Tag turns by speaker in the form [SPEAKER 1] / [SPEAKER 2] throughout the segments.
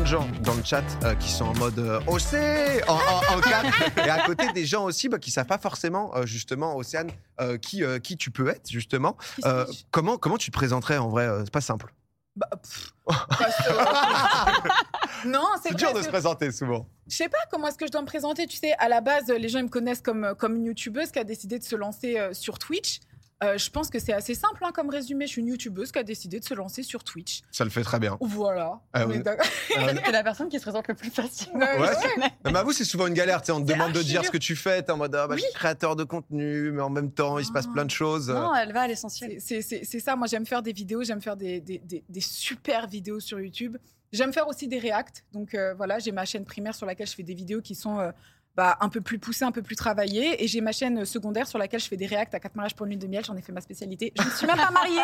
[SPEAKER 1] de gens dans le chat euh, qui sont en mode euh, Océ en, en, en quatre. et à côté des gens aussi bah, qui savent pas forcément euh, justement Océane euh, qui euh, qui tu peux être justement.
[SPEAKER 2] Qui
[SPEAKER 1] Euh,
[SPEAKER 2] suis-je
[SPEAKER 1] comment comment tu te présenterais en vrai euh, C'est pas simple.
[SPEAKER 2] Bah, pff, parce que- non, c'est
[SPEAKER 1] C'est
[SPEAKER 2] pas
[SPEAKER 1] dur de
[SPEAKER 2] ce-
[SPEAKER 1] se présenter souvent.
[SPEAKER 2] Je sais pas comment est-ce que je dois me présenter. Tu sais, à la base, les gens ils me connaissent comme, comme une youtubeuse qui a décidé de se lancer euh, sur Twitch. Euh, je pense que c'est assez simple hein, comme résumé. Je suis une youtubeuse qui a décidé de se lancer sur Twitch.
[SPEAKER 1] Ça le fait très bien.
[SPEAKER 2] Voilà.
[SPEAKER 1] Ah
[SPEAKER 2] On est
[SPEAKER 1] oui.
[SPEAKER 2] d'accord.
[SPEAKER 1] Euh,
[SPEAKER 3] T'es la personne qui se présente le plus facilement.
[SPEAKER 2] Ouais,
[SPEAKER 1] Ouais,
[SPEAKER 2] ouais.
[SPEAKER 1] Non, mais avoue, c'est souvent une galère. tu sais, On te
[SPEAKER 2] C'est
[SPEAKER 1] demande de
[SPEAKER 2] archi
[SPEAKER 1] dire
[SPEAKER 2] dur.
[SPEAKER 1] ce que tu fais. T'es en mode ah, bah, je
[SPEAKER 2] Oui.
[SPEAKER 1] suis créateur de contenu, mais en même temps, il se passe
[SPEAKER 2] Ah.
[SPEAKER 1] plein de choses.
[SPEAKER 3] Non, elle va à
[SPEAKER 2] C'est-
[SPEAKER 3] l'essentiel.
[SPEAKER 2] c'est- C'est c'est ça. Moi, j'aime faire des vidéos. J'aime faire des, des- des- des super vidéos sur YouTube. J'aime faire aussi des reacts. Donc euh, voilà, j'ai ma chaîne primaire sur laquelle je fais des vidéos qui sont euh, bah, un peu plus poussées, un peu plus travaillées. Et j'ai ma chaîne euh, secondaire sur laquelle je fais des reacts à quatre mariages pour une lune de miel. J'en ai fait ma spécialité. Je ne suis même pas mariée.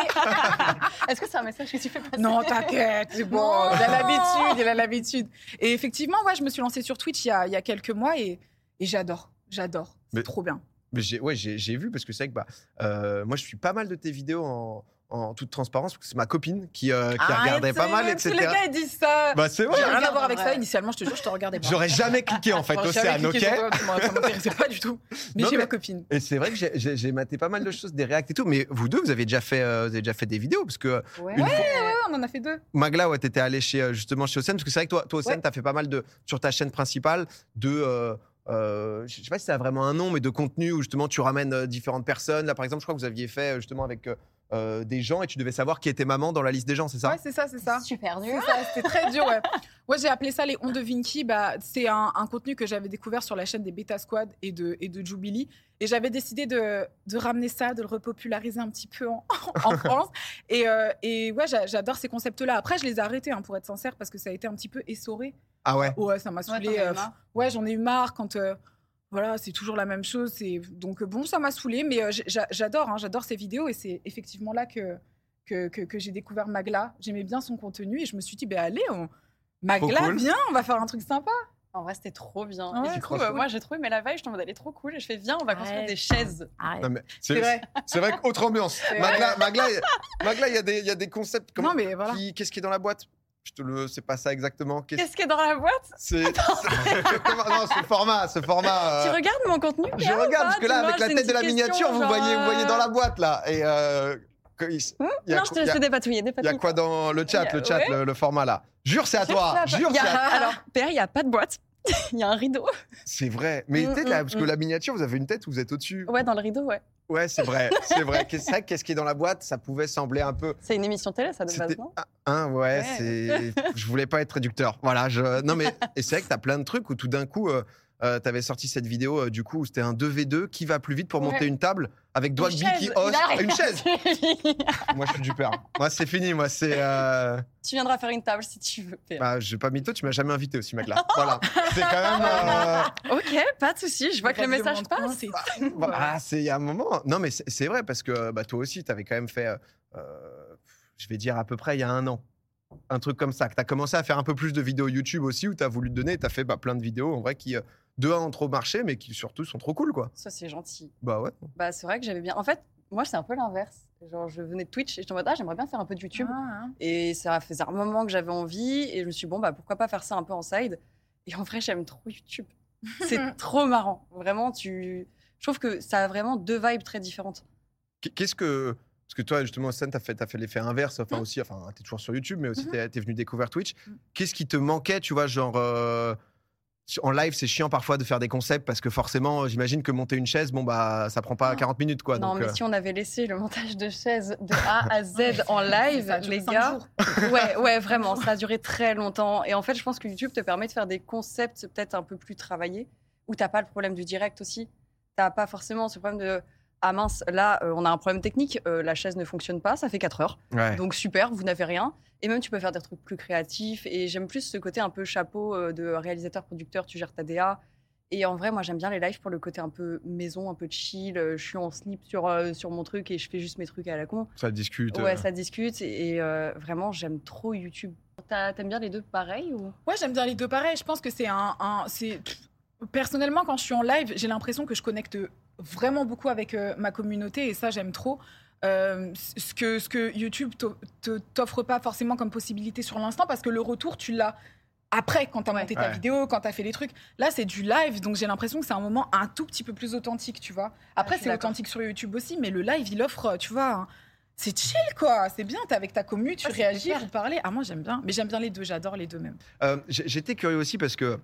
[SPEAKER 3] Est-ce que c'est un message que tu fais passer
[SPEAKER 2] Non, t'inquiète, c'est bon,
[SPEAKER 3] Non.
[SPEAKER 2] il a l'habitude, il a l'habitude. Et effectivement, ouais, je me suis lancée sur Twitch il y a, il y a quelques mois et, et j'adore, j'adore, c'est
[SPEAKER 1] Mais-
[SPEAKER 2] trop bien.
[SPEAKER 1] Mais j'ai, ouais, j'ai, j'ai vu parce que c'est vrai que bah, euh, moi je suis pas mal de tes vidéos en, en toute transparence parce que c'est ma copine qui, euh, qui regardait pas mal,
[SPEAKER 2] Arrête,
[SPEAKER 1] etc.
[SPEAKER 2] Tous les gars, ils disent ça.
[SPEAKER 1] Bah c'est vrai.
[SPEAKER 2] J'ai rien à
[SPEAKER 3] regarde,
[SPEAKER 2] voir avec
[SPEAKER 3] ouais.
[SPEAKER 2] ça, initialement, je te jure, je te regardais pas.
[SPEAKER 1] J'aurais jamais cliqué en fait,
[SPEAKER 2] J'aurais
[SPEAKER 1] Océane,
[SPEAKER 2] jamais
[SPEAKER 1] ok
[SPEAKER 2] cliqué sur toi, moi, Ça m'intéressait pas du tout. Mais
[SPEAKER 1] Non,
[SPEAKER 2] j'ai
[SPEAKER 1] mais-
[SPEAKER 2] ma copine.
[SPEAKER 1] Et c'est vrai que j'ai, j'ai, j'ai maté pas mal de choses, des réacts et tout. Mais vous deux, vous avez déjà fait, euh, vous avez déjà fait des vidéos parce que euh,
[SPEAKER 3] Ouais.
[SPEAKER 1] Une fois-
[SPEAKER 2] Ouais, Ah, on en a fait deux.
[SPEAKER 1] Magla, ouais, t'étais allé chez, euh, justement chez Océane parce que c'est vrai que toi, toi Océane, t'as fait pas mal de sur ta chaîne principale de. euh, euh, je sais pas si ça a vraiment un nom, mais de contenu où justement tu ramènes euh, différentes personnes. Là, par exemple, je crois que vous aviez fait euh, justement avec euh, euh, des gens et tu devais savoir qui était maman dans la liste des gens, c'est ça
[SPEAKER 2] Ouais, c'est ça, c'est ça.
[SPEAKER 3] Super
[SPEAKER 2] C'est
[SPEAKER 3] dur.
[SPEAKER 2] ça, C'était très dur, ouais. Ouais, j'ai appelé ça les ondes de Vinky. Bah, c'est un, un contenu que j'avais découvert sur la chaîne des Beta Squad et de, et de Jubilee. Et j'avais décidé de, de ramener ça, de le repopulariser un petit peu en, en France. Et, euh, et ouais, j'a- j'adore ces concepts-là. Après, je les ai arrêtés, hein, pour être sincère, parce que ça a été un petit peu essoré.
[SPEAKER 1] Ah ouais.
[SPEAKER 2] Ouais, ça m'a
[SPEAKER 3] Ouais,
[SPEAKER 2] saoulé.
[SPEAKER 3] t'en as
[SPEAKER 2] euh,
[SPEAKER 3] marre.
[SPEAKER 2] ouais, j'en ai eu marre quand. euh, voilà, c'est toujours la même chose. c'est- Donc euh, bon, ça m'a saoulé, mais euh, j- j'a- j'adore, hein, j'adore ces vidéos et c'est effectivement là que, que, que- que j'ai découvert Magla. J'aimais bien son contenu et je me suis dit, ben allez, on... Magla,
[SPEAKER 1] cool.
[SPEAKER 2] viens, on va faire un truc sympa.
[SPEAKER 3] En vrai, c'était trop bien.
[SPEAKER 2] Ouais,
[SPEAKER 3] et
[SPEAKER 1] c'est
[SPEAKER 3] du
[SPEAKER 1] trop
[SPEAKER 3] coup, euh,
[SPEAKER 1] cool.
[SPEAKER 3] moi, j'ai trouvé, mais la veille, je tombe, elle est trop cool. Et je fais, viens, on va construire
[SPEAKER 2] Ouais.
[SPEAKER 3] des chaises.
[SPEAKER 1] Non, mais
[SPEAKER 2] C'est vrai.
[SPEAKER 1] C'est vrai qu'autre ambiance.
[SPEAKER 2] C'est
[SPEAKER 1] Magla, Magla, Magla, il y, a des- il y a des concepts. Comment,
[SPEAKER 2] Non mais voilà.
[SPEAKER 1] qui- Qu'est-ce qui est dans la boîte Je te le, c'est pas ça exactement. Qu'est-ce
[SPEAKER 3] Qu'est-ce qu'il y a dans la boîte
[SPEAKER 1] c'est Comment- Non, ce format, ce format.
[SPEAKER 3] Tu
[SPEAKER 1] euh,
[SPEAKER 3] regardes mon contenu
[SPEAKER 1] je regarde parce que là, avec la tête de la miniature, vous voyez, vous voyez dans la boîte là. Et euh, que- il s- il y a
[SPEAKER 3] Hein Non, je
[SPEAKER 1] co-
[SPEAKER 3] te
[SPEAKER 1] il y a-
[SPEAKER 3] fais dépatouiller,
[SPEAKER 1] il y a
[SPEAKER 3] dépatouiller.
[SPEAKER 1] quoi dans le chat,
[SPEAKER 3] Il y a-
[SPEAKER 1] le chat,
[SPEAKER 3] ouais.
[SPEAKER 1] le, le format là Jure, c'est à toi. Jure,
[SPEAKER 3] Il y
[SPEAKER 1] c'est
[SPEAKER 3] a-
[SPEAKER 1] à
[SPEAKER 3] Ah. Alors, Père, il n'y a pas de boîte. Il y a un rideau.
[SPEAKER 1] C'est vrai. Mais
[SPEAKER 3] Mm,
[SPEAKER 1] tu sais, là,
[SPEAKER 3] mm,
[SPEAKER 1] parce que
[SPEAKER 3] mm.
[SPEAKER 1] la miniature, vous avez une tête où vous êtes au-dessus.
[SPEAKER 3] Ouais, dans le rideau, ouais.
[SPEAKER 1] Ouais, c'est vrai. C'est vrai. Qu'est-ce c'est vrai que qu'est-ce qui est dans la boîte Ça pouvait sembler un peu.
[SPEAKER 3] C'est une émission télé, ça, de
[SPEAKER 1] C'était-
[SPEAKER 3] base, non
[SPEAKER 1] Ah, hein, ouais,
[SPEAKER 3] Ouais.
[SPEAKER 1] c'est. je voulais pas être réducteur. Voilà, je. Non, mais et c'est vrai que t'as plein de trucs où tout d'un coup, euh, euh, t'avais sorti cette vidéo euh, du coup où c'était un 2v2 qui va plus vite pour
[SPEAKER 2] Ouais.
[SPEAKER 1] monter une table avec doigt de
[SPEAKER 3] Une
[SPEAKER 1] billes qui
[SPEAKER 3] chaise,
[SPEAKER 1] hausse
[SPEAKER 3] il a
[SPEAKER 1] une chaise.
[SPEAKER 3] rien.
[SPEAKER 1] moi, je suis du père. Moi, c'est fini. Moi, c'est. euh,
[SPEAKER 3] tu viendras faire une table si tu veux, Père.
[SPEAKER 1] Bah, j'ai pas mytho, tu m'as jamais invité aussi, mec là. Voilà. C'est quand même. euh,
[SPEAKER 3] Ok, pas de souci, je vois que le message passe.
[SPEAKER 1] Bah, Ah, c'est il y a un moment. Non, mais c'est c'est vrai parce que bah, toi aussi, tu avais quand même fait, euh, euh, je vais dire à peu près il y a un an, un truc comme ça, que tu as commencé à faire un peu plus de vidéos YouTube aussi, où tu as voulu te donner, tu as fait bah, plein de vidéos en vrai qui, euh, de un, ont trop marché, mais qui surtout sont trop cool, quoi.
[SPEAKER 3] Ça, c'est gentil.
[SPEAKER 1] Bah ouais.
[SPEAKER 3] Bah, c'est vrai que j'avais bien. En fait, moi, c'est un peu l'inverse. Genre, je venais de Twitch et j'étais en mode, ah, j'aimerais bien faire un peu de YouTube.
[SPEAKER 2] hein.
[SPEAKER 3] Et ça faisait un moment que j'avais envie. Et je me suis dit, bon, bah, pourquoi pas faire ça un peu en side Et en vrai, j'aime trop YouTube. C'est trop marrant. Vraiment, tu. Je trouve que ça a vraiment deux vibes très différentes.
[SPEAKER 1] Qu- Qu'est-ce que. Parce que toi, justement, Stan, tu as fait, t'as fait l'effet inverse, enfin
[SPEAKER 2] Mhm.
[SPEAKER 3] Mmh.
[SPEAKER 1] aussi, enfin, tu es toujours sur YouTube, mais aussi
[SPEAKER 2] Mhm.
[SPEAKER 1] tu es, venu découvrir Twitch.
[SPEAKER 2] Mhm.
[SPEAKER 1] Qu'est-ce qui te manquait, tu vois, genre. euh, En live, c'est chiant parfois de faire des concepts parce que forcément, j'imagine que monter une chaise, bon bah, ça prend pas 40 minutes quoi.
[SPEAKER 3] non,
[SPEAKER 1] donc,
[SPEAKER 3] mais
[SPEAKER 1] euh,
[SPEAKER 3] si on avait laissé le montage de chaises de A à Z en live, les gars.
[SPEAKER 2] Jours.
[SPEAKER 3] Ouais, ouais, vraiment, ça a duré très longtemps. Et en fait, je pense que YouTube te permet de faire des concepts peut-être un peu plus travaillés, où t'as pas le problème du direct aussi. T'as pas forcément ce problème de ah mince, là, euh, on a un problème technique, euh, la chaise ne fonctionne pas, ça fait 4 heures.
[SPEAKER 1] ouais.
[SPEAKER 3] Donc super, vous n'avez rien. Et même, tu peux faire des trucs plus créatifs. Et j'aime plus ce côté un peu chapeau euh, de réalisateur, producteur, tu gères ta DA. Et en vrai, moi, j'aime bien les lives pour le côté un peu maison, un peu chill. Euh, Je suis en slip sur, euh, sur mon truc et je fais juste mes trucs à la con.
[SPEAKER 1] Ça discute.
[SPEAKER 3] Ouais,
[SPEAKER 1] euh.
[SPEAKER 3] ça discute et, et, euh, vraiment, j'aime trop YouTube. T'as- T'aimes bien les deux pareils ou
[SPEAKER 2] Ouais, j'aime bien les deux pareils. Je pense que c'est un, un- c'est pff, personnellement quand je suis en live, j'ai l'impression que je connecte vraiment beaucoup avec euh, ma communauté et ça j'aime trop. Euh, c- ce que ce que YouTube t'o- te- t'offre pas forcément comme possibilité sur l'instant parce que le retour tu l'as après, quand t'as monté ta
[SPEAKER 1] Ouais.
[SPEAKER 2] vidéo, quand t'as fait les trucs. Là, c'est du live, donc j'ai l'impression que c'est un moment un tout petit peu plus authentique, tu vois. Après,
[SPEAKER 3] je suis
[SPEAKER 2] c'est
[SPEAKER 3] d'accord.
[SPEAKER 2] authentique sur YouTube aussi, mais le live, il offre, tu vois, un- c'est chill, quoi. C'est bien, t'es avec ta commu, tu
[SPEAKER 3] Ouais, c'est
[SPEAKER 2] réagis,
[SPEAKER 3] clair.
[SPEAKER 2] vous parlez. Ah, moi, j'aime bien. Mais j'aime bien les deux, j'adore les deux même.
[SPEAKER 1] Euh, j'- J'étais curieux aussi parce que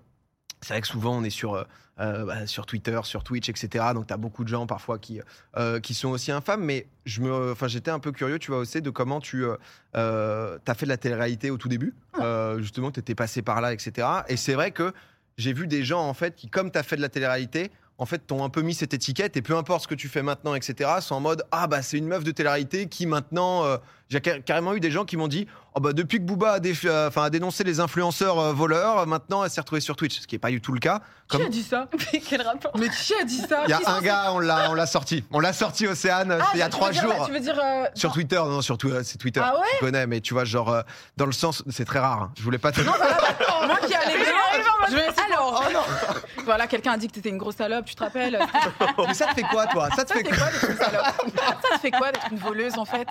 [SPEAKER 1] c'est vrai que souvent on est sur, euh, euh, bah, sur Twitter, sur Twitch, etc. Donc tu as beaucoup de gens parfois qui, euh, qui sont aussi infâmes. Mais je me- enfin, j'étais un peu curieux, tu vois, aussi de comment tu as fait de la télé-réalité au tout début.
[SPEAKER 3] Ah.
[SPEAKER 1] Euh, justement, tu étais passé par là, etc. Et c'est vrai que j'ai vu des gens en fait qui, comme tu as fait de la télé-réalité, en fait, t'ont un peu mis cette étiquette et peu importe ce que tu fais maintenant, etc. C'est en mode ah bah c'est une meuf de télé-réalité qui maintenant euh, j'ai car- carrément eu des gens qui m'ont dit Oh bah, depuis que Booba a, déf- euh, enfin, a dénoncé les influenceurs euh, voleurs, euh, maintenant elle s'est retrouvée sur Twitch, ce qui n'est pas du tout le cas. Comme-
[SPEAKER 2] Qui a dit ça
[SPEAKER 3] Mais quel rapport
[SPEAKER 2] Mais qui a dit ça
[SPEAKER 1] Il y a
[SPEAKER 2] Qui Ah, sont
[SPEAKER 1] un
[SPEAKER 2] ces-
[SPEAKER 1] gars, on l'a, on l'a sorti. On l'a sorti, Océane,
[SPEAKER 2] Ah,
[SPEAKER 1] il y a
[SPEAKER 2] tu veux
[SPEAKER 1] trois
[SPEAKER 2] dire,
[SPEAKER 1] jours.
[SPEAKER 2] là, tu veux dire. euh,
[SPEAKER 1] Sur
[SPEAKER 2] dans-
[SPEAKER 1] Twitter, non, sur Twitter, c'est Twitter.
[SPEAKER 2] Ah ouais
[SPEAKER 1] tu connais, mais tu vois, genre, euh, dans le sens, c'est très rare. hein. Je voulais pas te
[SPEAKER 2] Non, voilà, d'accord. moi qui allais dedans, je vais Alors, oh non. Voilà, quelqu'un a dit que t'étais une grosse salope, tu te rappelles
[SPEAKER 1] Mais ça te fait quoi, toi Ça te fait
[SPEAKER 2] C'est
[SPEAKER 1] quoi
[SPEAKER 2] bah, quoi d'être une salope Ça te fait quoi d'être une voleuse en fait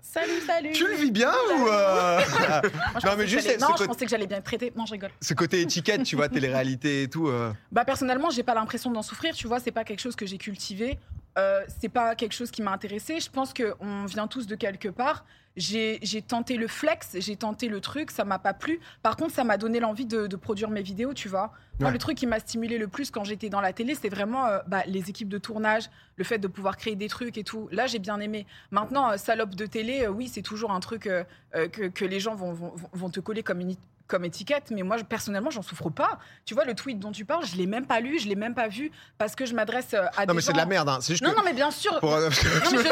[SPEAKER 2] Salut, salut.
[SPEAKER 1] Tu le vis bien ou. euh,
[SPEAKER 2] Moi, je
[SPEAKER 1] Non,
[SPEAKER 2] pensais
[SPEAKER 1] mais
[SPEAKER 2] que
[SPEAKER 1] juste
[SPEAKER 2] j'allais-
[SPEAKER 1] ce
[SPEAKER 2] Non, je
[SPEAKER 1] côté-
[SPEAKER 2] pensais que j'allais bien être traitée. Non, je rigole.
[SPEAKER 1] ce côté étiquette, tu vois, télé-réalité et tout. euh.
[SPEAKER 2] Bah personnellement, j'ai pas l'impression d'en souffrir. Tu vois, c'est pas quelque chose que j'ai cultivé. Euh, c'est pas quelque chose qui m'a intéressé. Je pense que on vient tous de quelque part. J'ai j'ai tenté le flex, j'ai tenté le truc, ça m'a pas plu. Par contre, ça m'a donné l'envie de, de produire mes vidéos, tu vois. Moi,
[SPEAKER 1] Ouais.
[SPEAKER 2] le truc qui m'a stimulé le plus quand j'étais dans la télé, c'est vraiment euh, bah, les équipes de tournage, le fait de pouvoir créer des trucs et tout. Là, j'ai bien aimé. Maintenant, euh, salope de télé, euh, oui, c'est toujours un truc euh, euh, que, que les gens vont, vont, vont te coller comme, une- comme étiquette. Mais moi, je- personnellement, j'en souffre pas. Tu vois, le tweet dont tu parles, je l'ai même pas lu, je l'ai même pas vu parce que je m'adresse euh, à des
[SPEAKER 1] Non, mais c'est
[SPEAKER 2] gens-
[SPEAKER 1] de la merde. hein. C'est juste
[SPEAKER 2] Non,
[SPEAKER 1] que.
[SPEAKER 2] non, mais bien sûr.
[SPEAKER 1] pour, euh,
[SPEAKER 2] Non, mais je...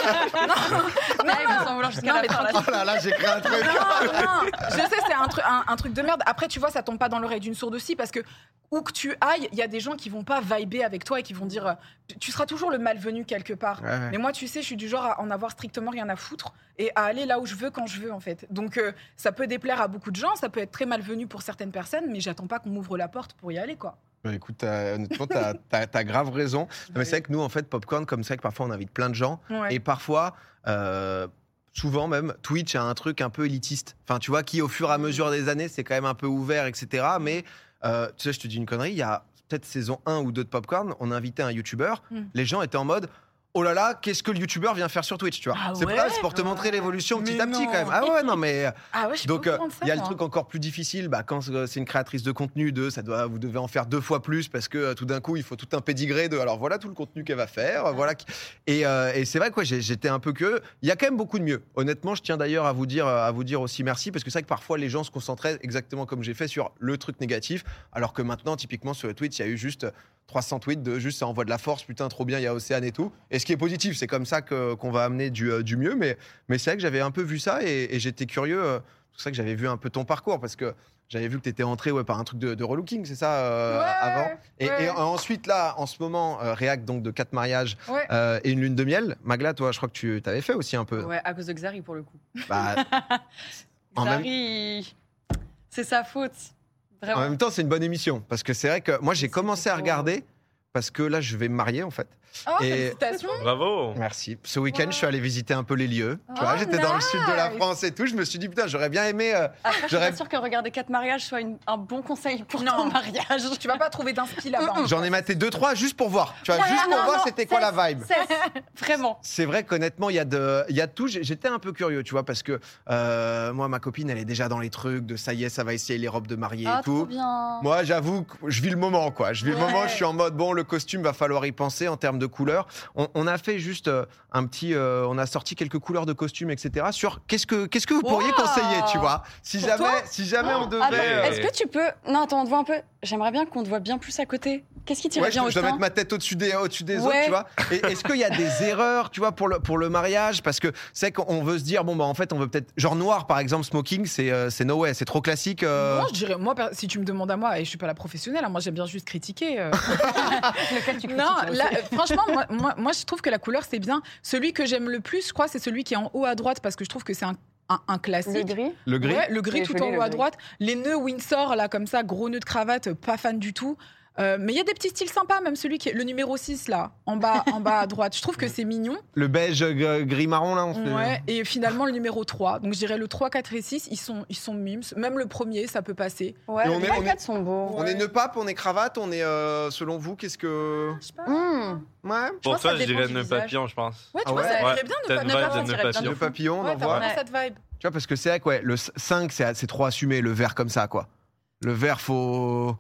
[SPEAKER 2] non, non,
[SPEAKER 3] Ah, il va s'en vouloir jusqu'à
[SPEAKER 2] Non,
[SPEAKER 3] la
[SPEAKER 2] mais
[SPEAKER 3] fin, là.
[SPEAKER 1] oh là là, j'ai créé un truc.
[SPEAKER 2] non, non. Je sais, c'est un, truc- un, un truc de merde. Après, tu vois, ça tombe pas dans l'oreille d'une sourde aussi parce que où que tu ailles, il y a des gens qui vont pas vibrer avec toi et qui vont dire euh, tu- tu seras toujours le malvenu quelque part.
[SPEAKER 1] Ouais, ouais.
[SPEAKER 2] Mais moi, tu sais, je suis du genre à en avoir strictement rien à foutre et à aller là où je veux quand je veux, en fait. Donc, euh, ça peut déplaire à beaucoup de gens, ça peut être très malvenu pour certaines personnes, mais j'attends pas qu'on m'ouvre la porte pour y aller, quoi.
[SPEAKER 1] Bah, écoute, t'as- honnêtement, t'as, t'as- t'as grave raison. Non, mais c'est vrai que nous, en fait, Popcorn, comme ça, que parfois on invite plein de gens.
[SPEAKER 2] Ouais.
[SPEAKER 1] Et parfois, euh, souvent même, Twitch a un truc un peu élitiste. Enfin, tu vois, qui au fur et à
[SPEAKER 2] Mm.
[SPEAKER 1] mesure des années, c'est quand même un peu ouvert, etc. Mais euh, tu sais, je te dis une connerie, il y a peut-être saison 1 ou 2 de Popcorn, on a invité un YouTuber.
[SPEAKER 2] Mm.
[SPEAKER 1] Les gens étaient en mode. Oh là là, qu'est-ce que le youtubeur vient faire sur Twitch, tu vois
[SPEAKER 2] Ah
[SPEAKER 1] C'est pour
[SPEAKER 2] ouais
[SPEAKER 1] ça, c'est pour te montrer l'évolution
[SPEAKER 2] Mais
[SPEAKER 1] petit à petit
[SPEAKER 2] non.
[SPEAKER 1] quand même. Ah ouais, non mais
[SPEAKER 2] Ah ouais, je suis
[SPEAKER 1] donc,
[SPEAKER 2] pas
[SPEAKER 1] euh,
[SPEAKER 2] au courant de ça,
[SPEAKER 1] il y a le
[SPEAKER 2] moi.
[SPEAKER 1] truc encore plus difficile. Bah, quand euh, c'est une créatrice de contenu, de, ça doit, vous devez en faire deux fois plus parce que euh, tout d'un coup, il faut tout un pédigré de. Alors voilà tout le contenu qu'elle va faire.
[SPEAKER 2] Ah.
[SPEAKER 1] euh, Voilà. qui- Et, euh, et c'est vrai que ouais, j'ai- j'étais un peu que. Il y a quand même beaucoup de mieux. Honnêtement, je tiens d'ailleurs à vous dire, euh, à vous dire aussi merci parce que c'est vrai que parfois les gens se concentraient exactement comme j'ai fait sur le truc négatif, alors que maintenant, typiquement sur le tweet, il y a eu juste 300 tweets de juste ça envoie de la force, putain, trop bien, il y a Océane et tout. Et ce qui est positif, c'est comme ça que- qu'on va amener du, euh, du mieux. Mais, mais c'est vrai que j'avais un peu vu ça et, et j'étais curieux. euh, c'est pour ça que j'avais vu un peu ton parcours parce que j'avais vu que tu étais entré ouais, par un truc de, de relooking, c'est ça, euh,
[SPEAKER 2] Ouais,
[SPEAKER 1] avant et,
[SPEAKER 2] ouais.
[SPEAKER 1] et ensuite, là, en ce moment, euh, React, donc de quatre mariages
[SPEAKER 2] Ouais.
[SPEAKER 1] euh, et une lune de miel. Magla, toi, je crois que tu t'avais fait aussi un peu.
[SPEAKER 3] Ouais, à cause de Xari pour le coup.
[SPEAKER 1] Bah, En même-
[SPEAKER 3] Xari, il- c'est sa faute.
[SPEAKER 1] en
[SPEAKER 2] hein.
[SPEAKER 3] Vraiment.
[SPEAKER 1] même temps, c'est une bonne émission parce que c'est vrai que moi, j'ai
[SPEAKER 3] C'était
[SPEAKER 1] commencé à
[SPEAKER 3] trop-
[SPEAKER 1] regarder parce que là, je vais me marier en fait.
[SPEAKER 2] Oh,
[SPEAKER 1] et-
[SPEAKER 2] félicitations.
[SPEAKER 4] Bravo.
[SPEAKER 1] Merci. Ce week-end,
[SPEAKER 2] Wow.
[SPEAKER 1] je suis allé visiter un peu les lieux. Tu
[SPEAKER 2] Oh,
[SPEAKER 1] vois, j'étais dans le sud de la
[SPEAKER 2] nice.
[SPEAKER 1] France et tout. Je me suis dit, putain, j'aurais bien aimé. euh,
[SPEAKER 3] Après, je suis
[SPEAKER 1] J'aurais-
[SPEAKER 3] pas sûre que regarder quatre mariages soit une- un bon conseil pour
[SPEAKER 2] Non.
[SPEAKER 3] ton mariage.
[SPEAKER 2] Tu vas pas trouver d'inspi là-bas. hein.
[SPEAKER 1] J'en ai maté deux, trois juste pour voir. Tu vois,
[SPEAKER 3] Ouais,
[SPEAKER 1] juste
[SPEAKER 3] Mm. non,
[SPEAKER 1] pour voir
[SPEAKER 3] non,
[SPEAKER 1] c'était quoi la
[SPEAKER 3] c'est-
[SPEAKER 1] vibe.
[SPEAKER 3] C'est- Vraiment.
[SPEAKER 1] C'est vrai qu'honnêtement, il y, a de- il y a tout. J'ai- J'étais un peu curieux, tu vois, parce que euh, moi, ma copine, elle est déjà dans les trucs de ça y est, ça va essayer les robes de mariée
[SPEAKER 3] Ah,
[SPEAKER 1] et tout.
[SPEAKER 3] trop bien.
[SPEAKER 1] Moi, j'avoue que je vis le moment, quoi. Je vis le
[SPEAKER 2] Ouais.
[SPEAKER 1] moment, je suis en mode, bon, le costume, va falloir y penser en termes de couleurs. On, on a fait juste euh, un petit. euh, on a sorti quelques couleurs de costumes, etc. sur qu'est-ce que, qu'est-ce que vous pourriez
[SPEAKER 3] Wow.
[SPEAKER 1] conseiller, tu vois Si
[SPEAKER 2] Pour
[SPEAKER 1] jamais,
[SPEAKER 2] toi
[SPEAKER 1] si jamais on devait.
[SPEAKER 3] Ah, Attends,
[SPEAKER 1] euh,
[SPEAKER 3] est-ce que tu peux. Non, attends, on te voit un peu. J'aimerais bien qu'on te voit bien plus à côté. Qu'est-ce qui t'irait
[SPEAKER 1] Ouais, je,
[SPEAKER 3] bien au
[SPEAKER 1] je dois
[SPEAKER 3] sein
[SPEAKER 1] mettre ma tête au-dessus des, au-dessus des autres,
[SPEAKER 3] Ouais.
[SPEAKER 1] tu vois. Et est-ce qu'il y a des erreurs, tu vois, pour le, pour le mariage Parce que c'est vrai qu'on veut se dire, bon, bah, en fait, on veut peut-être. Genre noir, par exemple, smoking, c'est, euh, c'est no way, c'est trop classique. euh.
[SPEAKER 2] Moi, je dirais, moi, per- si tu me demandes à moi, et je suis pas la professionnelle, hein, moi j'aime bien juste critiquer. euh.
[SPEAKER 3] Lequel tu
[SPEAKER 2] non,
[SPEAKER 3] critiques,
[SPEAKER 2] là,
[SPEAKER 3] aussi
[SPEAKER 2] euh, franchement, moi, moi, moi, je trouve que la couleur c'est bien. Celui que j'aime le plus, je crois, c'est celui qui est en haut à droite parce que je trouve que c'est un, un- un
[SPEAKER 3] Le
[SPEAKER 2] classique.
[SPEAKER 3] gris
[SPEAKER 1] Le gris
[SPEAKER 2] Ouais, le gris
[SPEAKER 3] Il est
[SPEAKER 2] tout
[SPEAKER 3] joli,
[SPEAKER 2] en
[SPEAKER 3] le
[SPEAKER 2] haut à
[SPEAKER 3] gris.
[SPEAKER 2] droite. Les nœuds Windsor, là, comme ça, gros nœuds de cravate, euh, pas fan du tout. Euh, mais il y a des petits styles sympas, même celui qui est le numéro 6 là, en bas, en bas à droite. Je trouve que c'est mignon.
[SPEAKER 1] Le beige euh, gris-marron, là, on se fait-
[SPEAKER 2] Ouais, et finalement le numéro 3. Donc je dirais le 3, 4 et 6, ils sont, ils sont mimes. Même le premier, ça peut passer.
[SPEAKER 3] Ouais,
[SPEAKER 1] Et on
[SPEAKER 3] les
[SPEAKER 1] est- on est-
[SPEAKER 3] plaquettes sont beaux.
[SPEAKER 1] On
[SPEAKER 2] Ouais.
[SPEAKER 1] est ne pape, on est cravate, on est, euh, selon vous, qu'est-ce que...
[SPEAKER 2] Je sais pas.
[SPEAKER 3] Mmh.
[SPEAKER 1] Ouais,
[SPEAKER 3] pense
[SPEAKER 4] Pour
[SPEAKER 3] que ça
[SPEAKER 4] toi, je
[SPEAKER 3] dépend
[SPEAKER 4] dirais
[SPEAKER 3] du
[SPEAKER 4] nœud
[SPEAKER 3] visage.
[SPEAKER 4] papillon, je pense.
[SPEAKER 2] Ouais, tu
[SPEAKER 1] Ah
[SPEAKER 2] vois,
[SPEAKER 1] ouais.
[SPEAKER 2] ça
[SPEAKER 4] Ouais.
[SPEAKER 2] irait bien de
[SPEAKER 4] T'as
[SPEAKER 2] pas
[SPEAKER 4] une
[SPEAKER 2] ne
[SPEAKER 4] vibe
[SPEAKER 2] pas sentir
[SPEAKER 4] de nœud
[SPEAKER 2] bien.
[SPEAKER 4] papillon.
[SPEAKER 1] le papillon, on
[SPEAKER 2] Ouais,
[SPEAKER 1] en
[SPEAKER 2] t'as
[SPEAKER 1] voit.
[SPEAKER 2] vraiment
[SPEAKER 3] Ouais.
[SPEAKER 2] cette vibe.
[SPEAKER 1] Tu vois, parce que c'est vrai que ouais, le 5, c'est c'est trop assumé, le vert comme ça, quoi. Le vert, faut...
[SPEAKER 4] Euh,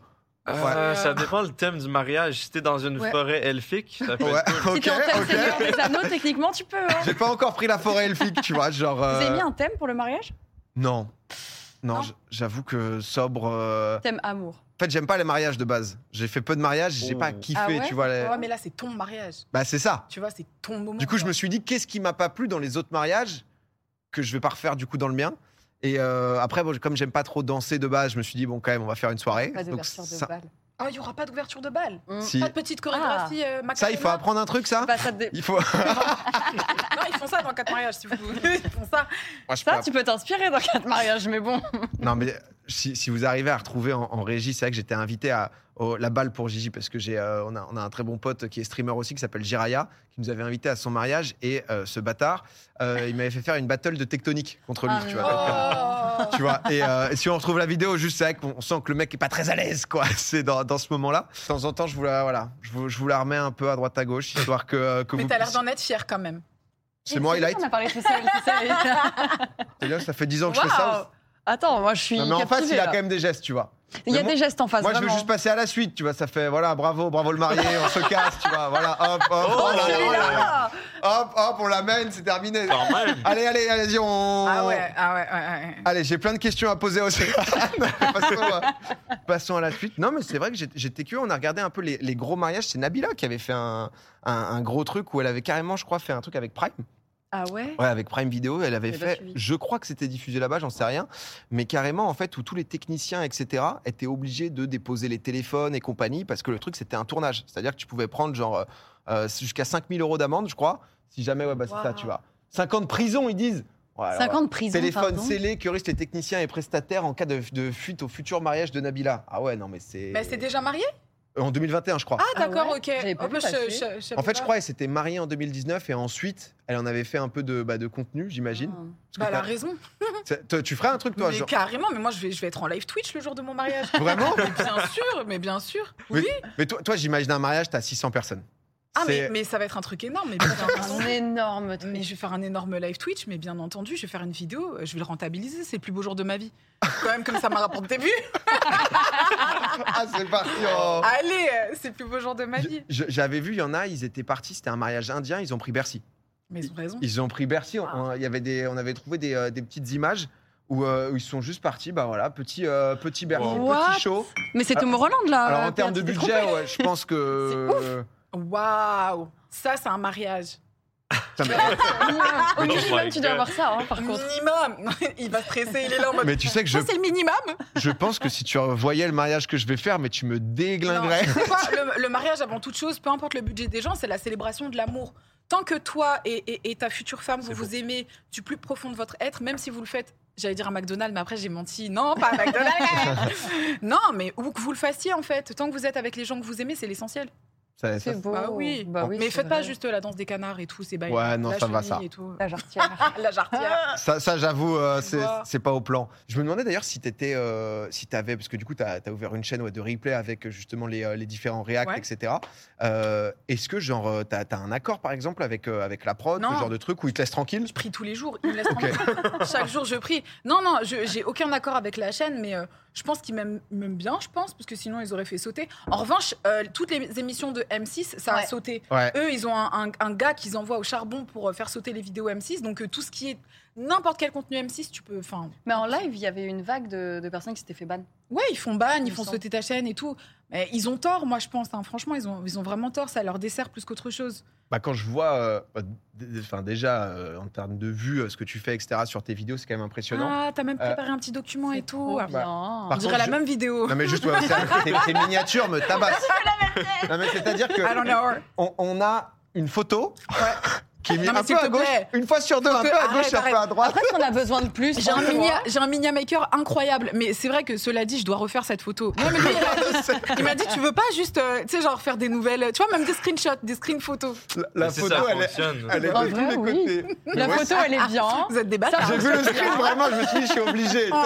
[SPEAKER 2] Ouais.
[SPEAKER 4] Ça dépend le thème du mariage. Si t'es dans une
[SPEAKER 3] Ouais.
[SPEAKER 4] forêt elfique, ça peut
[SPEAKER 1] Ouais,
[SPEAKER 4] être cool.
[SPEAKER 3] Si
[SPEAKER 1] ok,
[SPEAKER 3] t'es en tête Seigneur
[SPEAKER 1] ok.
[SPEAKER 3] des Anneaux, techniquement, tu peux. hein.
[SPEAKER 1] J'ai pas encore pris la forêt elfique, tu vois, genre...
[SPEAKER 3] Vous avez
[SPEAKER 1] euh,
[SPEAKER 3] mis un thème pour le mariage
[SPEAKER 1] Non. Non,
[SPEAKER 3] Non.
[SPEAKER 1] j- j'avoue que sobre... euh,
[SPEAKER 3] Thème amour.
[SPEAKER 1] En fait, j'aime pas les mariages de base. J'ai fait peu de mariages, j'ai
[SPEAKER 4] Oh.
[SPEAKER 1] pas kiffé,
[SPEAKER 3] Ah ouais,
[SPEAKER 1] tu vois. les-
[SPEAKER 2] Ouais, mais là, c'est ton mariage.
[SPEAKER 1] Bah, c'est ça.
[SPEAKER 2] Tu vois, c'est ton moment.
[SPEAKER 1] Du coup, je
[SPEAKER 2] quoi.
[SPEAKER 1] me suis dit, qu'est-ce qui m'a pas plu dans les autres mariages que je vais pas refaire du coup dans le mien Et euh, après, bon, comme j'aime pas trop danser de base, je me suis dit, bon, quand même, on va faire une soirée.
[SPEAKER 3] Pas
[SPEAKER 1] Donc,
[SPEAKER 3] d'ouverture de
[SPEAKER 1] ça,
[SPEAKER 3] balle.
[SPEAKER 2] Ah, il n'y aura pas d'ouverture de balle.
[SPEAKER 3] Mmh.
[SPEAKER 1] si-
[SPEAKER 2] Pas de petite chorégraphie euh,
[SPEAKER 1] Ah. ça, il faut
[SPEAKER 2] Macarena.
[SPEAKER 1] apprendre un truc, ça
[SPEAKER 3] Bah, ça, dé-
[SPEAKER 1] Il faut.
[SPEAKER 2] Non, ils font ça dans 4 mariages, si vous voulez. Ils font ça.
[SPEAKER 1] Moi, je peux
[SPEAKER 3] ça, tu peux t'inspirer dans quatre mariages, mais bon.
[SPEAKER 1] Non, mais si, si vous arrivez à retrouver en, en régie, c'est vrai que j'étais invité à au- la balle pour Gigi parce que j'ai, euh, on, a, on a un très bon pote qui est streamer aussi qui s'appelle Jiraya qui nous avait invité à son mariage et euh, ce bâtard, euh, il m'avait fait faire une battle de tectonique contre lui,
[SPEAKER 3] Ah,
[SPEAKER 1] tu
[SPEAKER 3] non.
[SPEAKER 1] vois.
[SPEAKER 2] Oh.
[SPEAKER 1] Tu vois, et euh, si on retrouve la vidéo, juste c'est vrai qu'on on sent que le mec est pas très à l'aise, quoi. C'est dans, dans ce moment-là. De temps en temps, je vous la, voilà, je vous, je vous la remets un peu à droite à gauche, histoire que, euh, que
[SPEAKER 2] Mais
[SPEAKER 1] vous.
[SPEAKER 2] t'as l'air d'en être fier quand même.
[SPEAKER 1] C'est moi, Highlight.
[SPEAKER 3] On a parlé tout seul, tout seul.
[SPEAKER 1] C'est bien, ça fait 10 ans que je fais ça.
[SPEAKER 3] Waouh. Attends, moi, je suis.
[SPEAKER 1] Non, mais en face,
[SPEAKER 3] captivée,
[SPEAKER 1] il a
[SPEAKER 3] là.
[SPEAKER 1] quand même des gestes, tu vois.
[SPEAKER 3] Il y a
[SPEAKER 1] Mais moi-
[SPEAKER 3] des gestes en face.
[SPEAKER 1] Moi, je veux
[SPEAKER 3] vraiment.
[SPEAKER 1] juste passer à la suite, tu vois. Ça fait, voilà, bravo, bravo le marié, on se casse, tu vois. Voilà, hop, hop,
[SPEAKER 4] Oh,
[SPEAKER 1] hop,
[SPEAKER 3] Celui-là
[SPEAKER 1] hop, hop, on l'amène, c'est terminé.
[SPEAKER 4] Quand même.
[SPEAKER 1] Allez, allez, allez-y, on.
[SPEAKER 2] Ah ouais, ah ouais, ouais, ouais, ouais.
[SPEAKER 1] Allez, j'ai plein de questions à poser aussi. passons, euh, passons à la suite. Non, mais c'est vrai que j'ai- j'étais curieux. On a regardé un peu les, les gros mariages. C'est Nabila qui avait fait un, un- un gros truc où elle avait carrément, je crois, fait un truc avec Prime.
[SPEAKER 3] Ah ouais
[SPEAKER 1] Ouais, avec Prime Video, elle avait
[SPEAKER 3] J'ai pas
[SPEAKER 1] fait.
[SPEAKER 3] suivi.
[SPEAKER 1] Je crois que c'était diffusé là-bas, j'en sais rien. Mais carrément, en fait, où tous les techniciens, etc., étaient obligés de déposer les téléphones et compagnie parce que le truc, c'était un tournage. C'est-à-dire que tu pouvais prendre genre euh, euh, jusqu'à 5000 euros d'amende, je crois. Si jamais, ouais, bah c'est ça,
[SPEAKER 2] Waouh.
[SPEAKER 1] tu vois. 50 prisons, ils disent. Ouais, alors,
[SPEAKER 3] 50 prisons.
[SPEAKER 1] Téléphone
[SPEAKER 3] pardon.
[SPEAKER 1] scellé que risquent les techniciens et prestataires en cas de, de fuite au futur mariage de Nabila. Ah ouais, non, mais c'est.
[SPEAKER 2] Mais Bah, c'est déjà marié
[SPEAKER 1] Euh, En 21 je crois.
[SPEAKER 2] Ah, d'accord,
[SPEAKER 3] ouais
[SPEAKER 2] ok.
[SPEAKER 3] J'avais pas
[SPEAKER 2] Oh,
[SPEAKER 3] vu
[SPEAKER 2] bah, je- je-
[SPEAKER 3] passer.
[SPEAKER 2] je savais
[SPEAKER 1] en fait, je
[SPEAKER 2] pas.
[SPEAKER 1] crois qu'elle s'était mariée en 2019 et ensuite, elle en avait fait un peu de, bah, de contenu, j'imagine. Parce que
[SPEAKER 2] Bah, elle a
[SPEAKER 1] t'as-
[SPEAKER 2] raison.
[SPEAKER 1] c'est- toi, tu ferais un truc, toi
[SPEAKER 2] mais
[SPEAKER 1] genre-
[SPEAKER 2] carrément, mais moi, je vais, je vais être en live Twitch le jour de mon mariage.
[SPEAKER 1] Vraiment
[SPEAKER 2] Mais bien sûr, mais bien sûr. Oui.
[SPEAKER 1] Mais toi, toi j'imagine un mariage, t'as 600 personnes.
[SPEAKER 2] Ah, mais,
[SPEAKER 1] C'est-
[SPEAKER 2] mais ça va être un truc énorme. Mais, bien
[SPEAKER 3] Ah, Un
[SPEAKER 2] entendu.
[SPEAKER 3] énorme
[SPEAKER 2] Mais
[SPEAKER 3] truc.
[SPEAKER 2] je vais faire un énorme live Twitch, mais bien entendu, je vais faire une vidéo, euh, je vais le rentabiliser, c'est le plus beau jour de ma vie. Quand même, comme ça m'a rapporté des vues.
[SPEAKER 1] Ah, c'est parti en-
[SPEAKER 2] Allez, euh, c'est le plus beau jour de ma vie.
[SPEAKER 1] Je- J'avais vu, il y en a, ils étaient partis, c'était un mariage indien, ils ont pris Bercy.
[SPEAKER 2] Mais ils ont raison.
[SPEAKER 1] Ils ont pris Bercy,
[SPEAKER 2] Ah.
[SPEAKER 1] on, on- il y avait des, on avait trouvé des, euh, des petites images où, euh, où ils sont juste partis, bah voilà, petit, euh, petit Bercy,
[SPEAKER 4] Wow.
[SPEAKER 3] What
[SPEAKER 1] petit show.
[SPEAKER 3] Mais c'est
[SPEAKER 1] Ah.
[SPEAKER 3] Tomorrowland là. euh,
[SPEAKER 1] Alors en
[SPEAKER 3] Pierre,
[SPEAKER 1] termes de
[SPEAKER 3] tu t'es
[SPEAKER 1] budget, ouais, je pense que...
[SPEAKER 2] Waouh Ça, c'est un mariage.
[SPEAKER 1] Putain, mais-
[SPEAKER 3] trompé. Au
[SPEAKER 4] Oh
[SPEAKER 3] minimum,
[SPEAKER 4] my
[SPEAKER 3] tu dois
[SPEAKER 4] God.
[SPEAKER 3] avoir ça, hein, par contre.
[SPEAKER 2] Mm. Minimum Il va stresser, il est là en mode.
[SPEAKER 1] mais tu sais que je,
[SPEAKER 2] Ça, c'est le minimum
[SPEAKER 1] je pense que si tu voyais le mariage que je vais faire, mais tu me déglinguerais.
[SPEAKER 2] Non, tu sais quoi, le, le mariage, avant toute chose, peu importe le budget des gens, c'est la célébration de l'amour. Tant que toi et, et- et ta future femme, vous
[SPEAKER 4] C'est
[SPEAKER 2] vous aimez du plus profond de votre être, même si vous le faites, j'allais dire à McDonald's, mais après j'ai menti. Non, pas à McDonald's Non, mais où que vous le fassiez, en fait, tant que vous êtes avec les gens que vous aimez, c'est l'essentiel.
[SPEAKER 1] Ça- ça-
[SPEAKER 3] C'est beau.
[SPEAKER 2] Bah oui.
[SPEAKER 3] Bah oui,
[SPEAKER 2] mais
[SPEAKER 3] c'est
[SPEAKER 2] faites pas
[SPEAKER 3] vrai.
[SPEAKER 2] juste la danse des canards et tout, c'est bail.
[SPEAKER 1] Ouais, non,
[SPEAKER 2] la
[SPEAKER 1] ça va,
[SPEAKER 2] chenille
[SPEAKER 1] ça.
[SPEAKER 2] Et tout. Ah,
[SPEAKER 3] La jarretière.
[SPEAKER 2] La jarretière.
[SPEAKER 1] Ça, ça, j'avoue, euh, c'est-
[SPEAKER 2] vois.
[SPEAKER 1] c'est pas au plan. Je me demandais d'ailleurs si t'étais, euh, si t'avais, parce que du coup, t'as as ouvert une chaîne ouais, de replay avec euh, justement les, euh, les différents réacts,
[SPEAKER 2] Ouais.
[SPEAKER 1] etc. Euh, Est-ce que genre euh, t'as as un accord par exemple avec euh, avec la prod,
[SPEAKER 2] Non.
[SPEAKER 1] ce genre de truc où ils te laissent tranquille
[SPEAKER 2] Je prie tous les jours. Il me laisse
[SPEAKER 1] Ok.
[SPEAKER 2] tranquille. Chaque jour, je prie. Non, non, je- j'ai aucun accord avec la chaîne, mais euh, je pense qu'ils m'aiment m'aiment bien, je pense, parce que sinon, ils auraient fait sauter. En revanche, euh, toutes les émissions de M6, ça
[SPEAKER 3] Ouais.
[SPEAKER 2] a sauté.
[SPEAKER 1] Ouais.
[SPEAKER 2] Eux, ils ont un, un- un gars qu'ils envoient au charbon pour euh, faire sauter les vidéos M6. Donc, euh, tout ce qui est n'importe quel contenu M6, tu peux. Enfin,
[SPEAKER 3] Mais en live, il y avait une vague de, de personnes qui s'étaient fait ban.
[SPEAKER 2] ouais, ils font ban, ils
[SPEAKER 3] Ils
[SPEAKER 2] font
[SPEAKER 3] sont-
[SPEAKER 2] sauter ta chaîne et tout. Mais ils ont tort, moi, je pense. hein. Franchement, ils ont, ils ont vraiment tort. Ça leur dessert plus qu'autre chose.
[SPEAKER 1] Bah, quand je vois, euh, bah, d- d- enfin déjà euh, en termes de vues, euh, ce que tu fais, etc. Sur tes vidéos, c'est quand même impressionnant.
[SPEAKER 2] Ah, t'as même préparé un petit document et tout. ah
[SPEAKER 3] Trop
[SPEAKER 2] On
[SPEAKER 3] bien.
[SPEAKER 1] Euh, Par
[SPEAKER 2] dirait
[SPEAKER 1] contre,
[SPEAKER 2] la
[SPEAKER 1] je-
[SPEAKER 2] même vidéo.
[SPEAKER 1] Non mais juste, ouais, c'est- tes, tes miniatures me tabassent. Non mais c'est-à-dire que
[SPEAKER 2] I don't know.
[SPEAKER 1] on, on a une photo qui est mis
[SPEAKER 2] Non, mais
[SPEAKER 1] un
[SPEAKER 2] s'il
[SPEAKER 1] peu à
[SPEAKER 2] te
[SPEAKER 1] gauche,
[SPEAKER 2] plaît.
[SPEAKER 1] une fois sur deux, un
[SPEAKER 2] Faut que-
[SPEAKER 1] peu à gauche, un peu à
[SPEAKER 2] arrête, arrête.
[SPEAKER 1] droite.
[SPEAKER 3] Après, si on a besoin de plus,
[SPEAKER 2] J'ai un,
[SPEAKER 3] franchement,
[SPEAKER 2] minia, j'ai un minia maker incroyable, mais c'est vrai que cela dit, je dois refaire cette photo. Non, Ah, mais lui, il m'a dit- il m'a dit, tu veux pas juste, euh, tu sais, genre faire des nouvelles, tu vois, même des screenshots, des screen photos.
[SPEAKER 1] La, la
[SPEAKER 4] Mais si
[SPEAKER 1] photo,
[SPEAKER 4] ça
[SPEAKER 1] elle est,
[SPEAKER 4] fonctionne.
[SPEAKER 1] elle est
[SPEAKER 3] En
[SPEAKER 1] de
[SPEAKER 3] vrai,
[SPEAKER 1] tous les
[SPEAKER 3] oui.
[SPEAKER 1] côtés.
[SPEAKER 3] La
[SPEAKER 1] Ouais,
[SPEAKER 2] Ah,
[SPEAKER 3] photo, elle est bien.
[SPEAKER 2] Vous êtes des bâtards.
[SPEAKER 3] Ça,
[SPEAKER 1] J'ai vu le screen, vraiment, je me suis dit, je suis obligé.
[SPEAKER 2] Ouais.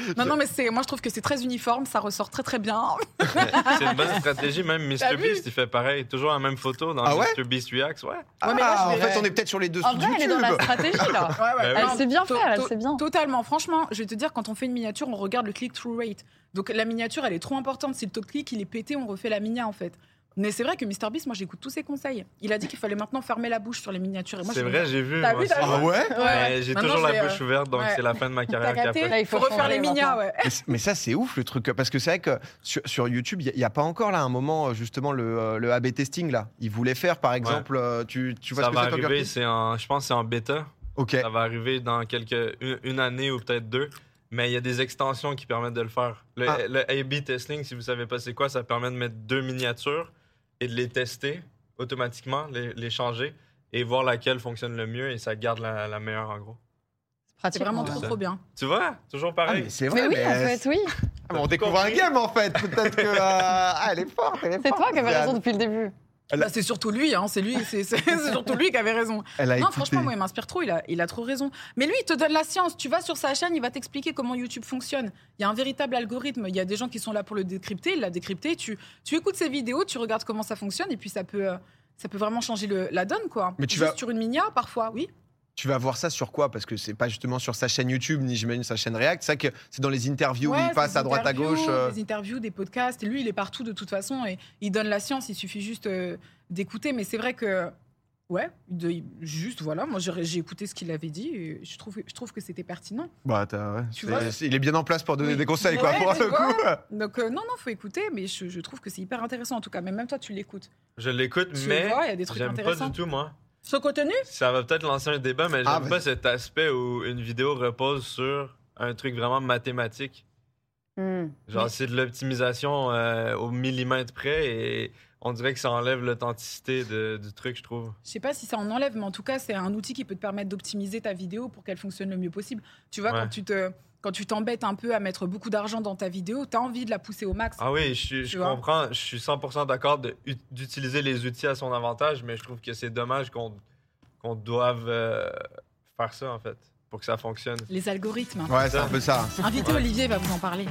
[SPEAKER 1] J'ai-
[SPEAKER 2] Non, non, mais c'est, moi, je trouve que c'est très uniforme, ça ressort très, très bien.
[SPEAKER 4] C'est une bonne stratégie. Même
[SPEAKER 2] T'as vu
[SPEAKER 4] MrBeast, il fait pareil. Toujours la même photo dans
[SPEAKER 1] Ah ouais
[SPEAKER 4] MrBeast Reacts. Ouais.
[SPEAKER 2] Ouais, mais là,
[SPEAKER 1] Ah,
[SPEAKER 2] je
[SPEAKER 1] en
[SPEAKER 2] vais-
[SPEAKER 1] fait, on est peut-être sur les deux
[SPEAKER 3] En vrai, elle est dans la
[SPEAKER 1] YouTube.
[SPEAKER 3] stratégie, là.
[SPEAKER 2] Ah, Ouais, ouais.
[SPEAKER 4] Bah
[SPEAKER 3] Elle
[SPEAKER 4] oui.
[SPEAKER 3] sait bien
[SPEAKER 2] to-
[SPEAKER 3] faire, elle
[SPEAKER 2] to-
[SPEAKER 3] sait bien.
[SPEAKER 2] Totalement. Franchement, je vais te dire, quand on fait une miniature, on regarde le click-through rate. Donc la miniature, elle est trop importante. Si le top click il est pété, on refait la minia en fait. Mais c'est vrai que MrBeast, moi j'écoute tous ses conseils. Il a dit qu'il fallait maintenant fermer la bouche sur les miniatures. Et moi,
[SPEAKER 4] C'est
[SPEAKER 2] j'ai-
[SPEAKER 4] vrai, j'ai vu.
[SPEAKER 2] T'as
[SPEAKER 4] moi
[SPEAKER 2] vu, t'as
[SPEAKER 4] aussi.
[SPEAKER 1] Ah ouais
[SPEAKER 2] Ouais,
[SPEAKER 4] Mais J'ai
[SPEAKER 2] Maintenant,
[SPEAKER 4] toujours
[SPEAKER 2] je
[SPEAKER 4] la
[SPEAKER 2] vais,
[SPEAKER 4] bouche ouverte, donc
[SPEAKER 2] ouais.
[SPEAKER 4] c'est la fin de ma
[SPEAKER 2] T'as
[SPEAKER 4] carrière qui a
[SPEAKER 2] capté
[SPEAKER 4] fait.
[SPEAKER 3] Là, il
[SPEAKER 2] faut,
[SPEAKER 3] faut
[SPEAKER 2] refaire
[SPEAKER 3] changer
[SPEAKER 2] les minias,
[SPEAKER 3] maintenant.
[SPEAKER 2] ouais.
[SPEAKER 1] Mais c- Mais ça, c'est ouf le truc. Parce que c'est vrai que sur, sur YouTube, il n'y a, pas encore là un moment, euh, justement, le, euh, le AB testing. là. Ils voulaient faire, par exemple, euh, tu, tu vois
[SPEAKER 4] ça
[SPEAKER 1] ce que
[SPEAKER 4] va
[SPEAKER 1] c'est toi,
[SPEAKER 4] arriver,
[SPEAKER 1] Curtis
[SPEAKER 4] c'est en, je pense que c'est en bêta.
[SPEAKER 1] Ok.
[SPEAKER 4] Ça va arriver dans quelques, une, une année ou peut-être deux. Mais il y a des extensions qui permettent de le faire. Le,
[SPEAKER 1] Ah.
[SPEAKER 4] le A-B testing, si vous savez pas c'est quoi, ça permet de mettre deux miniatures et de les tester automatiquement, les, les changer et voir laquelle fonctionne le mieux et ça garde la, la meilleure en gros.
[SPEAKER 2] C'est
[SPEAKER 3] Pratique,
[SPEAKER 2] vraiment
[SPEAKER 3] ouais.
[SPEAKER 2] trop,
[SPEAKER 4] ça.
[SPEAKER 2] trop bien.
[SPEAKER 4] Tu vois, toujours
[SPEAKER 1] Ah,
[SPEAKER 4] pareil.
[SPEAKER 1] mais c'est vrai.
[SPEAKER 3] Mais oui, en
[SPEAKER 1] mais-
[SPEAKER 3] fait, oui.
[SPEAKER 1] Ah, mais on découvre un game en fait. Peut-être que. euh, Ah, elle est forte, elle est
[SPEAKER 3] C'est
[SPEAKER 1] forte,
[SPEAKER 3] toi qui avais
[SPEAKER 1] Diane.
[SPEAKER 3] raison depuis le début.
[SPEAKER 1] Elle a-
[SPEAKER 2] Bah, c'est surtout lui, hein, c'est lui, c'est c'est- c'est surtout lui qui avait raison.
[SPEAKER 1] Elle a
[SPEAKER 2] Non,
[SPEAKER 1] écouté.
[SPEAKER 2] franchement, moi, il m'inspire trop, il a, il a trop raison. Mais lui, il te donne la science. Tu vas sur sa chaîne, il va t'expliquer comment YouTube fonctionne. Il y a un véritable algorithme. Il y a des gens qui sont là pour le décrypter, il l'a décrypté. Tu, tu écoutes ses vidéos, tu regardes comment ça fonctionne, et puis ça peut, euh, ça peut vraiment changer le- la donne, quoi.
[SPEAKER 1] Mais tu
[SPEAKER 2] Juste
[SPEAKER 1] vas-
[SPEAKER 2] sur une minia, parfois, oui.
[SPEAKER 1] Tu vas voir ça sur quoi Parce que c'est pas justement sur sa chaîne YouTube, ni j'imagine sa chaîne React. C'est ça que c'est dans les interviews
[SPEAKER 2] Ouais,
[SPEAKER 1] où il
[SPEAKER 2] c'est
[SPEAKER 1] passe
[SPEAKER 2] des
[SPEAKER 1] à droite à
[SPEAKER 2] interviews,
[SPEAKER 1] gauche. euh,
[SPEAKER 2] Des interviews, des podcasts. Et lui, il est partout de toute façon, et il donne la science. Il suffit juste euh, d'écouter. Mais c'est vrai que. Ouais, de- juste voilà, moi j'ai j'ai écouté ce qu'il avait dit et je trouve, je trouve que c'était pertinent.
[SPEAKER 1] Bah, t'as- ouais,
[SPEAKER 2] Tu
[SPEAKER 1] c'est-
[SPEAKER 2] vois
[SPEAKER 1] c'est- il est bien en place pour donner
[SPEAKER 2] Oui.
[SPEAKER 1] des conseils, quoi,
[SPEAKER 2] Ouais,
[SPEAKER 1] pour
[SPEAKER 2] tu
[SPEAKER 1] le
[SPEAKER 2] vois.
[SPEAKER 1] coup.
[SPEAKER 2] Donc euh, non, non, faut écouter, mais je, je trouve que c'est hyper intéressant en tout cas. Mais même toi, tu l'écoutes.
[SPEAKER 4] Je l'écoute,
[SPEAKER 2] Tu
[SPEAKER 4] mais
[SPEAKER 2] vois, il y a des trucs
[SPEAKER 4] j'aime pas
[SPEAKER 2] intéressants.
[SPEAKER 4] du tout moi.
[SPEAKER 2] Ce contenu
[SPEAKER 4] Ça va peut-être lancer un débat, mais j'aime
[SPEAKER 1] Ah,
[SPEAKER 4] pas
[SPEAKER 1] vas-y.
[SPEAKER 4] cet aspect où une vidéo repose sur un truc vraiment mathématique.
[SPEAKER 3] Hmm.
[SPEAKER 4] Genre,
[SPEAKER 2] Mais-
[SPEAKER 4] c'est de l'optimisation euh, au millimètre près et on dirait que ça enlève l'authenticité de- du truc, je trouve.
[SPEAKER 2] Je sais pas si ça en enlève, mais en tout cas, c'est un outil qui peut te permettre d'optimiser ta vidéo pour qu'elle fonctionne le mieux possible. Tu vois,
[SPEAKER 4] Ouais.
[SPEAKER 2] quand tu te quand tu t'embêtes un peu à mettre beaucoup d'argent dans ta vidéo, tu as envie de la pousser au max.
[SPEAKER 4] Ah oui, je, suis- je
[SPEAKER 2] Tu vois.
[SPEAKER 4] comprends, je suis 100% d'accord de ut- d'utiliser les outils à son avantage, mais je trouve que c'est dommage qu'on qu'on doive euh, faire ça, en fait, pour que ça fonctionne.
[SPEAKER 2] Les algorithmes.
[SPEAKER 1] Ouais, c'est un peu ça.
[SPEAKER 2] Invitez Olivier, il va vous en parler.